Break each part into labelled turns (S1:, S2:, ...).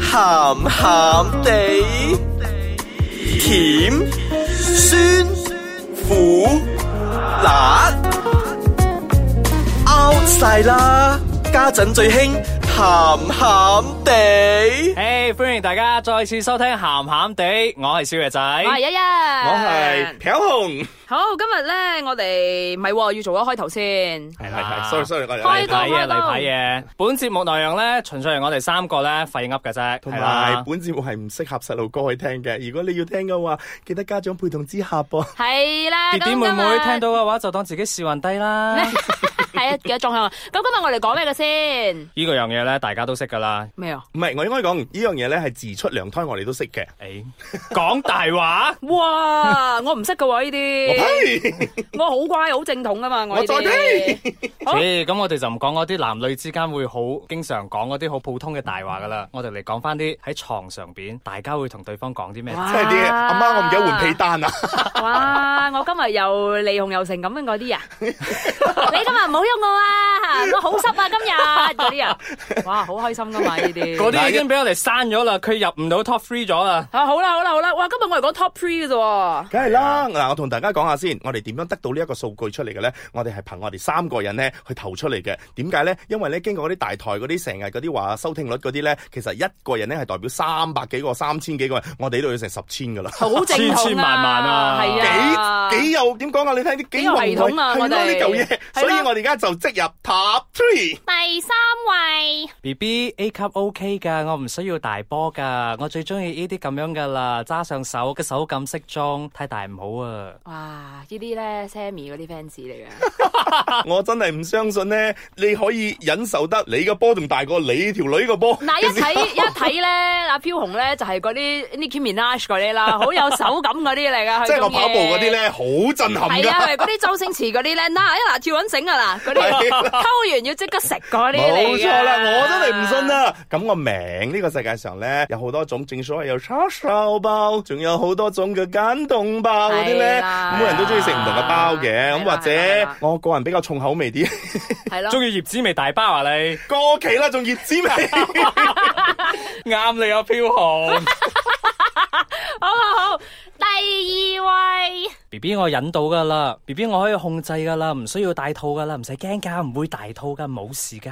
S1: 鹹鹹地，甜酸苦辣 out 晒啦！家陣最興鹹鹹地，
S2: 誒，歡迎大家再次收聽咸咸地，我係少爺仔，
S3: 我係一一，
S1: 我
S3: 我
S1: 係飄紅，
S3: 好，今日咧我哋唔係喎，要做個開頭先，
S2: 係
S1: 係係，sorry sorry，我
S3: 開
S2: 例
S3: 到
S2: 牌嘢，
S3: 開
S2: 例
S3: 到
S2: 牌嘢。本節目內容咧，純粹係我哋三個咧廢噏嘅啫，
S4: 同
S2: 係啦
S4: 埋，本節目係唔適合細路哥去聽嘅，如果你要聽嘅話，記得家長陪同之下噃。
S3: 係啦，
S2: 弟
S3: 咁
S2: 弟妹妹聽
S3: 到
S2: 到嘅話就當自己試運低啦。
S3: 係啊，幾多裝香啊？咁今日我哋講咩嘅先？
S2: 呢個樣嘢咧，大家都識噶啦。
S3: 咩啊？
S4: 唔係，我應該講呢樣嘢咧係自出娘胎我哋都識嘅。
S2: 誒，講大話，
S3: 哇！我唔識嘅喎呢啲，
S4: 嘿
S3: 我好乖好正統噶嘛，我呢
S4: 我再
S3: 啲好
S2: 咦咁我哋就唔講嗰啲男女之間會好經常講嗰啲好普通嘅大話噶啦。我哋嚟講翻啲喺床上邊，大家會同對方講啲咩？
S4: 真係啲
S3: 啊
S4: 阿媽，我唔記得換被單啊！
S3: 哇！我今日又利紅又成咁樣嗰 啲啊！你今日唔好喐我啊！我好濕啊今日嗰啲啊！哇，好開心噶嘛呢啲。
S2: 嗰啲已經俾我哋刪咗啦，佢入唔到 top three 咗啦。
S3: 啊好啦好啦好啦！哇，今日我哋講 top three 嘅啫喎。
S4: 梗係啦，嗱，我同大家講下先，我哋點樣得到呢一個數據出嚟嘅咧？我哋係憑我哋三個人咧去投出嚟嘅。點解咧？因為咧經過嗰啲大台嗰啲成日嗰啲話收聽率嗰啲咧，其實一個人咧係代表三百幾個、三千幾個人，我哋呢度要成十千噶啦。
S3: 好正統啊，
S2: 千千萬萬啊
S3: 係啊，
S4: 幾幾有點講啊？你睇啲幾
S3: 幾有系統啊
S4: 宏偉係咯呢
S3: 我
S4: 嚿
S3: 哋
S4: 嘢，
S3: 係
S4: 所
S3: 咯
S4: 以我哋而家就即入 top three。
S3: 第三位
S2: B B A 級 O K 噶，我唔需要大波噶，我最中意呢啲咁樣噶啦，揸上手嘅手感適中，太大唔好啊！
S3: 哇，呢啲咧 Sammy 嗰啲 fans 嚟嘅，啊
S4: 我真係唔相信呢，你可以忍受得你個波仲大過你條女個波。
S3: 嗱一睇一睇咧，阿飄紅咧就係嗰啲 Nicki Minaj 嗰啲啦，好有手感嗰啲嚟噶，佢
S4: 即係我
S3: 中意
S4: 跑步嗰啲。咧，好震撼
S3: 係啊，係
S4: 㗎。
S3: 嗰啲周星馳嗰啲咧，嗱一嗱跳緊繩啊嗱，嗰啲
S4: 係 啦
S3: 溝完要即刻食嗰啲嚟㗎
S4: 冇錯啦，我真係唔信！啊啦。咁我明呢個世界上咧有好多種，正所謂有叉燒包，仲有好多種嘅簡凍包嗰啲
S3: 係
S4: 咧，
S3: 啦
S4: 每人都中意食唔同嘅包嘅。
S3: 係啦啊
S4: 咁或
S3: 係
S4: 者
S3: 啦
S4: 我個人比較重口味啲，
S3: 係咯，
S2: 中意葉子味大包啊你，
S4: 過期啦，仲熱滋味。
S2: 啱你啊飄紅
S3: 好好好，第二位
S2: B B 我忍到噶啦，B B 我可以控制噶啦，唔需要大肚噶啦，唔使驚噶，唔會大肚噶，冇事噶。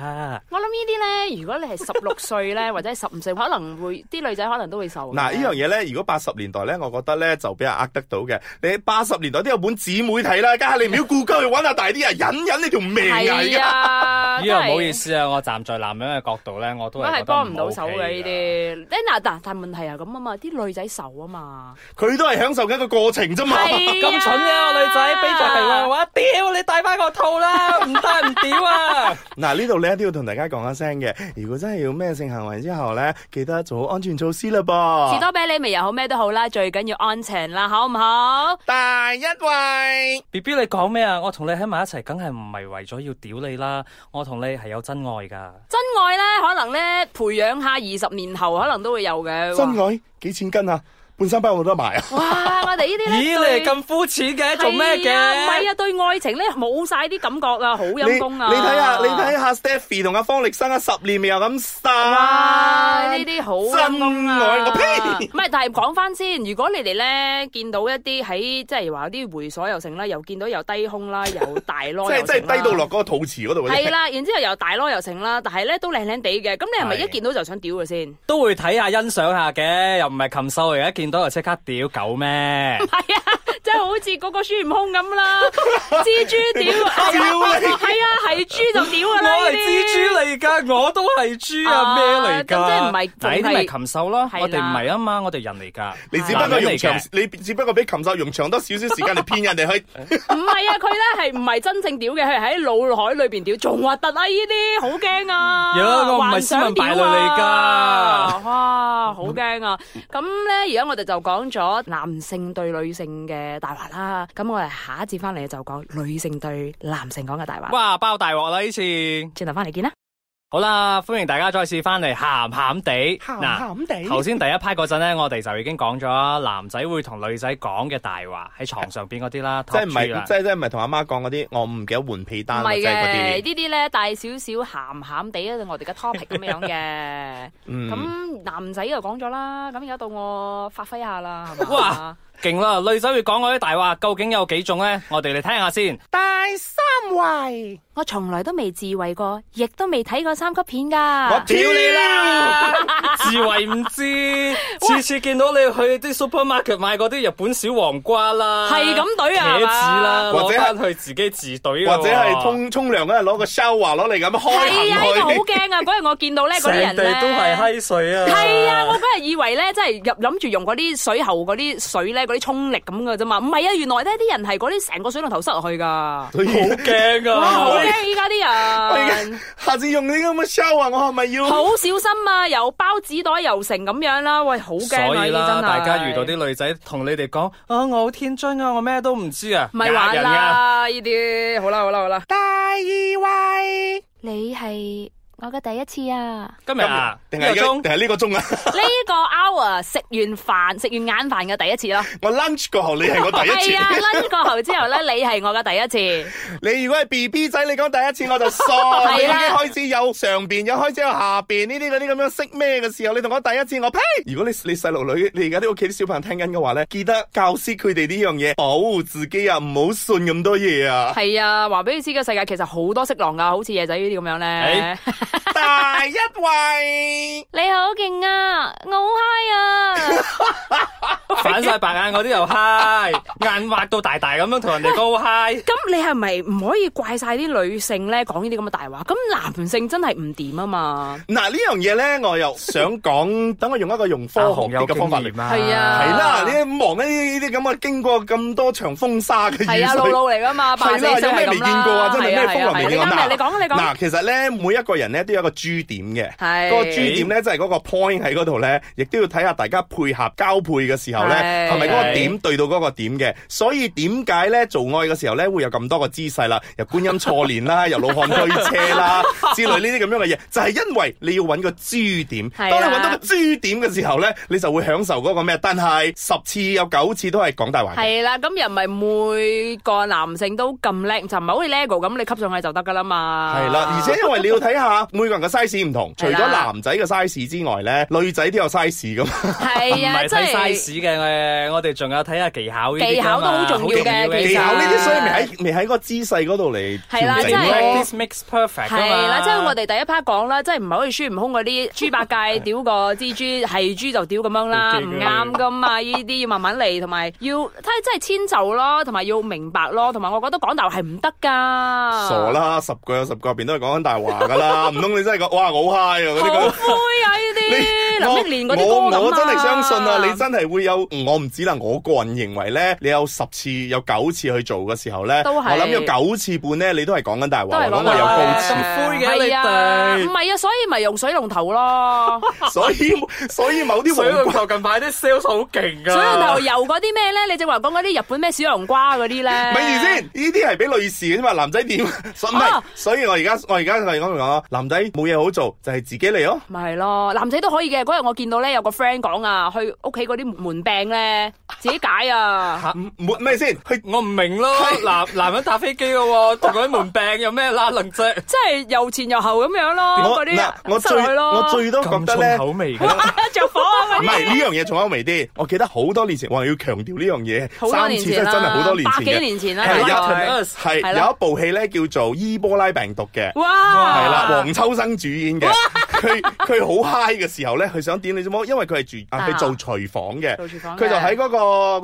S3: 我諗呢啲咧，如果你係十 六歲咧，或者係十五歲，可能會啲女仔可能都會受。
S4: 嗱，呢樣嘢咧，如果八十年代咧，我覺得咧就俾人呃得到嘅。你八十年代都有本姊妹睇啦，家下你唔要顧家去揾下大啲人，忍忍你條命
S3: 係
S4: 嚟㗎。
S3: 啊，
S2: 呢
S3: 真
S2: 個
S3: 係
S2: 唔好意，思啊，我站在男人嘅角度咧，我都
S3: 我
S2: 係
S3: 係
S2: 覺得
S3: 幫唔到手嘅
S2: OK 㗎
S3: 呢。啲。嗱嗱，但問題係咁啊嘛，啲女仔受啊嘛，
S4: 佢都係享受緊個過程啫嘛。
S2: 咁蠢嘅個女仔，俾着係我，我屌你戴翻個套啦，唔戴唔屌啊！
S4: 嗱，呢度咧都要同大家講一聲嘅，如果真係要咩性行為之後咧，記得做好安全措施啦
S3: 士
S4: 噃。
S3: 多啤梨味又好咩都好啦，最緊要安全啦，好唔好？
S4: 第一位，
S2: B B 你講咩啊？我同你喺埋一齊，梗係唔係為咗要屌你啦，我同你係有真愛噶。
S3: 真愛咧，可能咧培養下二十年後，可能都會有嘅。
S4: 真愛幾千斤啊？半山包我都埋啊！
S3: 哇！哇我哋呢啲
S2: 咦，
S3: 咧，
S2: 你係
S3: 對
S2: 咁膚淺嘅，做咩嘅？
S3: 係啊唔係啊，對愛情咧冇晒啲感覺啦，好
S4: 你
S3: 陰
S4: 你
S3: 功啊！
S4: 睇下，你睇下 Stephy 同阿方力申啊，十年未有咁散。
S3: 哇！呢啲好陰功
S4: 真愛
S3: 啊
S4: 我呸
S3: 唔係，但係講翻先，如果你哋咧見到一啲喺即係話啲會所又成啦，又見到又低胸啦，又大籮又
S4: 即係即係
S3: 成啦
S4: 低到落。嗰個肚臍嗰度嘅啫。
S3: 係啦，然之後又大籮又成啦，但係咧都靚靚地嘅，咁你係咪
S2: 係
S3: 一見到就想屌佢先？
S2: 都會睇下欣賞下嘅，又唔係禽獸嚟嘅，見到就即刻屌狗咩？
S3: 係啊，即係好似嗰個孫悟空咁啦，蜘 蛛屌，係啊
S4: 屌你
S3: 係啊，係豬就屌
S2: 我
S3: 㗎啦，
S2: 係
S3: 呢啲
S2: 蜘蛛嚟㗎，我都係豬啊，
S3: 啊
S2: 咩嚟㗎？
S3: 咁即係唔係
S2: 嗱呢啲咪
S3: 係
S2: 禽獸咯？
S3: 係啦
S2: 我哋唔係啊嘛，我哋人嚟㗎。
S4: 你只不過用長
S2: 男人嚟，
S4: 你只不過俾禽獸用長多少少時間嚟騙 人哋去。
S3: 唔係啊，佢咧係唔係真正屌嘅，佢係喺腦海裏邊屌，仲核突啊！呢啲好驚啊，
S2: 有啊我唔係
S3: 幻想
S2: 斯文敗類
S3: 屌
S2: 嚟
S3: 啊
S2: 㗎
S3: 哇，好驚啊！咁咧，而家我哋就講咗男性對女性嘅大話啦，咁我哋下一節翻嚟就講女性對男性講嘅大話。
S2: 哇，包大鑊啦！呢次
S3: 轉頭翻嚟見啦，
S2: 好啦，歡迎大家再次翻嚟，鹹鹹地嗱。
S4: 地
S2: 頭先第一 part 嗰陣咧，我哋就已經講咗男仔會同女仔講嘅大話喺床上邊嗰啲啦，
S4: 即係唔
S2: top three 啦
S4: 係，即係即係唔係同阿媽講嗰啲，我唔記得換被
S3: 唔
S4: 單啦，
S3: 係
S4: 即係
S3: 嘅，
S4: 嗰 啲。
S3: 呢啲咧帶少少鹹鹹地啊，我哋嘅 topic 咁樣嘅。
S4: 嗯
S3: 咁男仔就講咗啦，咁而家到我發揮下啦，係嘛？
S2: 哇勁啦！女仔會講嗰啲大話，究竟有幾種呢？我哋嚟聽下先。
S5: 第三位，
S3: 我從來都未自慰過，亦都未睇過三級片㗎。
S4: 我屌你啦！
S2: 自為唔 知，次次見到你去啲 supermarket 買嗰啲日本小黃瓜啦，
S3: 係咁懟啊
S2: 茄子啦，
S4: 或
S2: 攞
S4: 者係
S2: 翻去自己自懟㗎啊喎，
S4: 或者係沖沖涼嗰日攞個 shower 攞嚟咁開
S3: 係啊，呢個
S4: 行
S3: 好
S4: 佢。
S3: 驚啊！嗰日我見到咧，嗰啲
S2: 成
S3: 人咧
S2: 地都係閪水啊！
S3: 係啊，我嗰日以為咧，真係入諗住用嗰啲水喉嗰啲水咧，嗰啲沖力咁嘅啫嘛。唔係啊，原來咧啲人係嗰啲成個水龍頭塞落 去噶。
S4: 所以
S2: 驚
S3: 哇，好
S2: 啊！
S3: 驚依家啲人，
S4: 下次用呢啲咁嘅 shower，我係咪 要？
S3: 好小心啊！又包紙袋又成咁樣啦，喂，好
S2: 所
S3: 驚啊！
S2: 以
S3: 呢啲
S2: 啦，
S3: 真係。
S2: 大家遇到啲女仔同你哋講啊，我好天真啊，我咩都唔知啊，
S3: 唔係
S2: 呃
S3: 玩
S2: 人㗎。
S3: 啦，呢啲好啦好啦好啦。
S5: 第二位，
S3: 你係我嘅第一次啊！
S2: 今日啊，
S4: 定
S2: 呢
S4: 係
S2: 個
S4: 呢
S2: 鐘
S4: 定係呢個 鐘啊？
S3: 呢個 hour 食完飯食完晏飯嘅第一次咯。
S4: 我 lunch 過後，你係我第一
S3: 係啊，
S4: 次。
S3: 攆過後之後咧，你係我嘅 第一次。
S4: 你如果係 B B 仔，你講第一次我就傻。
S3: 啦
S4: 你已經開始有上邊，有開始有下邊呢啲嗰啲咁樣識咩嘅時候，你同我第一次我呸！如果你你細路女，你而家啲屋企啲小朋友聽緊嘅話咧，記得教師佢哋呢樣嘢，保護自己啊，唔好信咁多 嘢啊。
S3: 係啊，話俾你知嘅世界其實好多色狼噶，好似夜仔呢啲咁樣咧
S2: 哎。
S4: 第一位，
S3: 你好勁啊，我好 high 啊！
S2: 反晒白眼嗰啲又嗨，眼挖到大大咁樣同人哋高嗨。
S3: 咁你係咪唔可以怪晒啲女性咧講呢啲咁嘅大話？咁男性真係唔掂啊嘛。
S4: 嗱呢樣嘢咧，我又想講，等我用一個用科學啲嘅方法嚟
S2: 啊
S3: 係啊
S4: 係啦，你望呢呢啲咁嘅經過咁多場風沙嘅雨
S3: 係啊，
S4: 水
S3: 露。露嚟噶嘛，扮
S4: 係
S3: 死
S4: 啦，
S3: 死
S4: 有咩
S3: 係
S4: 未
S3: 咁
S4: 見過
S3: 啦
S4: 啊？。真係咩風浪
S3: 係
S4: 未
S3: 啊
S4: 見過？
S3: 係啊你講你講你講。
S4: 嗱，其實咧，每一個人咧都有個 G 點嘅，
S3: 係
S4: 個 G 點咧即係嗰個 point 喺嗰度咧，亦都要睇下大家配合交配嘅時候咧，
S3: 係
S4: 係咪嗰個
S2: 係
S4: 點對到嗰個點嘅？所以點解咧做愛嘅時候咧會有咁多個姿勢啦？由觀音錯 蓮啦，由老漢推車啦之類呢啲咁樣嘅嘢，就係因為你要揾個 G 點。
S3: 係啊
S4: 當
S3: 啦
S4: 你揾到個 G 點嘅時候咧，你就會享受嗰個咩？但係十次有九次都係講大話嘅。
S3: 係啊啦，咁又唔係每個男性都咁叻，就唔係好似 LEGO 咁，你吸上去就得噶啦嘛。
S4: 係啦，而且因為你要睇下每個人嘅 size 唔同，除
S3: 係
S4: 咗
S3: 啦
S4: 男仔嘅 size 之外咧，女仔都有 size 噶嘛。
S2: 唔
S3: 係啊，
S2: 係
S3: 真
S2: 睇
S3: 係
S2: size 嘅，誒我哋仲有睇下技巧呢啲㗎嘛啊
S3: 技巧都好重要嘅其實
S4: 技巧呢啲，所以未
S3: 係
S4: 喺未喺個姿勢嗰度嚟
S3: 係啦
S4: 調整
S3: 真係
S4: 咯。
S2: 啊 Practice makes perfect 㗎嘛
S3: 係啦，即係我哋第一 part 講啦，即係唔係好似孫悟空嗰啲豬八戒屌個蜘蛛係豬就屌咁樣啦，
S2: 好
S3: 唔
S2: 勁㗎
S3: 啱噶嘛，呢啲要慢慢嚟，同埋要睇真係遷就咯，同埋要明白咯，同埋我覺得講大話係唔得噶。
S4: 傻！啦，十個有十個入邊都係講緊大 話噶啦，唔通你真係講哇我好 high 啊嗰
S3: 好
S4: 啲
S3: 灰
S4: 咁？
S3: 啊！ 呢
S4: 我
S3: 啲林憶蓮嗰啲
S4: 我
S3: 歌咁啊
S4: 我真係相信啊！你真係會有，我唔只能我個人認為咧，你有十次有九次去做嘅時候咧，
S3: 都
S4: 我
S3: 係
S4: 諗有九次半咧，你都係講緊大
S3: 都
S4: 話，
S3: 係
S4: 講
S3: 講
S4: 我有 高
S2: 次
S4: 潮。
S2: 咁灰嘅
S3: 係啊
S2: 你哋
S3: 唔係啊，所以咪用水 龍頭咯。
S4: 所以所以某啲
S2: 水
S4: 黃
S2: 龍
S4: 瓜
S2: 頭近排啲 sales 好勁㗎。
S3: 水龍頭油嗰啲咩咧？你正話講嗰啲日本咩小黃瓜嗰啲咧？
S4: 咪住先，呢啲係俾女士嘅啫嘛，男仔點？ 所以唔係
S3: 啊，
S4: 所以我而家我而家係咁講啊，男仔冇嘢好做，就係自己嚟咯。
S3: 咪係咯，男仔都可以嘅。嗰日我見到咧，有個 friend 講啊，去屋企嗰啲門病咧，自己 解啊。
S4: 唔唔咩先？去
S2: 嗯我唔明咯，男男人搭飛機嘅喎，同佢門病有咩拉楞啫？
S3: 即係又前又後咁樣咯，
S4: 我
S3: 哦嗰
S4: 嗱，
S3: 啲啊
S4: 我
S3: 塞
S4: 最
S3: 落去咯，
S4: 我最多覺
S2: 咁
S4: 得
S2: 重
S4: 咧
S2: 口。味嘅。
S3: 着火啊！
S4: 唔係呢樣嘢仲有微啲，我記得好多年前，我要強調呢樣嘢，
S3: 好多
S4: 三
S3: 年
S4: 次
S3: 前
S4: 真
S3: 啦，
S4: 真係好多年
S3: 百幾
S4: 前嘅，
S3: 年前啦，
S4: 係
S3: 大概
S2: 有
S4: 係
S3: 係啦
S4: 有一部戲咧叫做《伊波拉病毒》嘅，
S3: 哇，
S4: 係啦，黃秋生主演嘅，佢佢好 high 嘅時候咧，佢想點你啫麼？因為佢係住啊，
S3: 啊
S4: 佢做廚房嘅，
S3: 做廚房嘅
S4: 佢就喺嗰個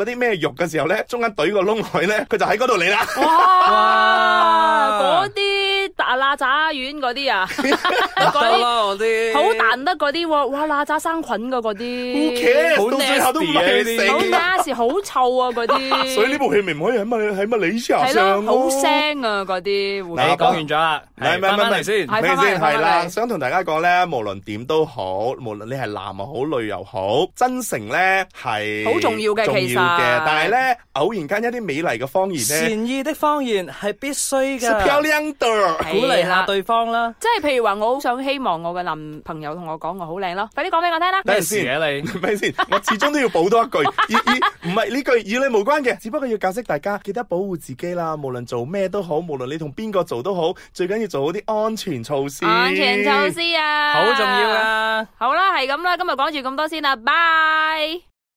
S4: 嗰啲咩肉嘅時候咧，中間懟個窿落去咧，佢就喺嗰度嚟啦。
S3: 哇，
S2: 哇
S3: 嗰啲大辣炸丸嗰啲啊，
S2: 得
S3: 嗰啲
S2: 啦，我啲
S3: 好彈得嗰啲喎，哇，辣炸生菌嘅嗰
S4: Who
S3: 啲
S4: cares？
S2: 好
S4: 到最後都唔係
S2: nasty 啊
S3: 好
S2: 呢
S4: 佢
S3: n
S4: 死。
S3: a s 好臭啊嗰 啲。
S4: 所以呢部戲咪唔可以喺乜喺乜理查
S3: 係
S4: 上
S3: 咯，
S4: 咯
S3: 好聲啊嗰啲
S2: 你
S3: 會
S4: 嗱
S2: 講完咗啦，
S4: 咪
S2: 係翻返嚟先
S3: 係。
S4: 咪
S3: 翻返嚟
S4: 先
S3: 翻
S4: 係
S3: 返
S4: 啦，
S3: 嚟
S4: 想同大家講咧，無論點都好，無論你係男又好，女又好，真誠咧係
S3: 好重要嘅
S4: 重
S3: 其
S4: 要
S3: 實
S4: 嘅。但係咧，偶然間一啲美麗嘅方言咧，
S2: 善意的方言係必須
S4: 是漂
S2: 嘅。
S4: 亮的。
S2: 鼓勵下
S3: 啦
S2: 對方啦。
S3: 即係譬如話，我好想希望我嘅男朋友同我講我好靚咯，快啲講俾我聽啦。
S4: 等
S2: 咩
S4: 陣
S2: 事
S4: 先
S2: 嘅你？
S4: 咪先？我始終都要補多一句， 以以唔係呢句與你無關嘅，只不過要教識大家記得保護自己啦。無論做咩都好，無論你同邊個做都好，最緊要做好啲安全措施。
S3: 安全措。施啊，
S2: 好重要！啊！
S3: 好啦，係咁啦，今日講住咁多先啦，拜。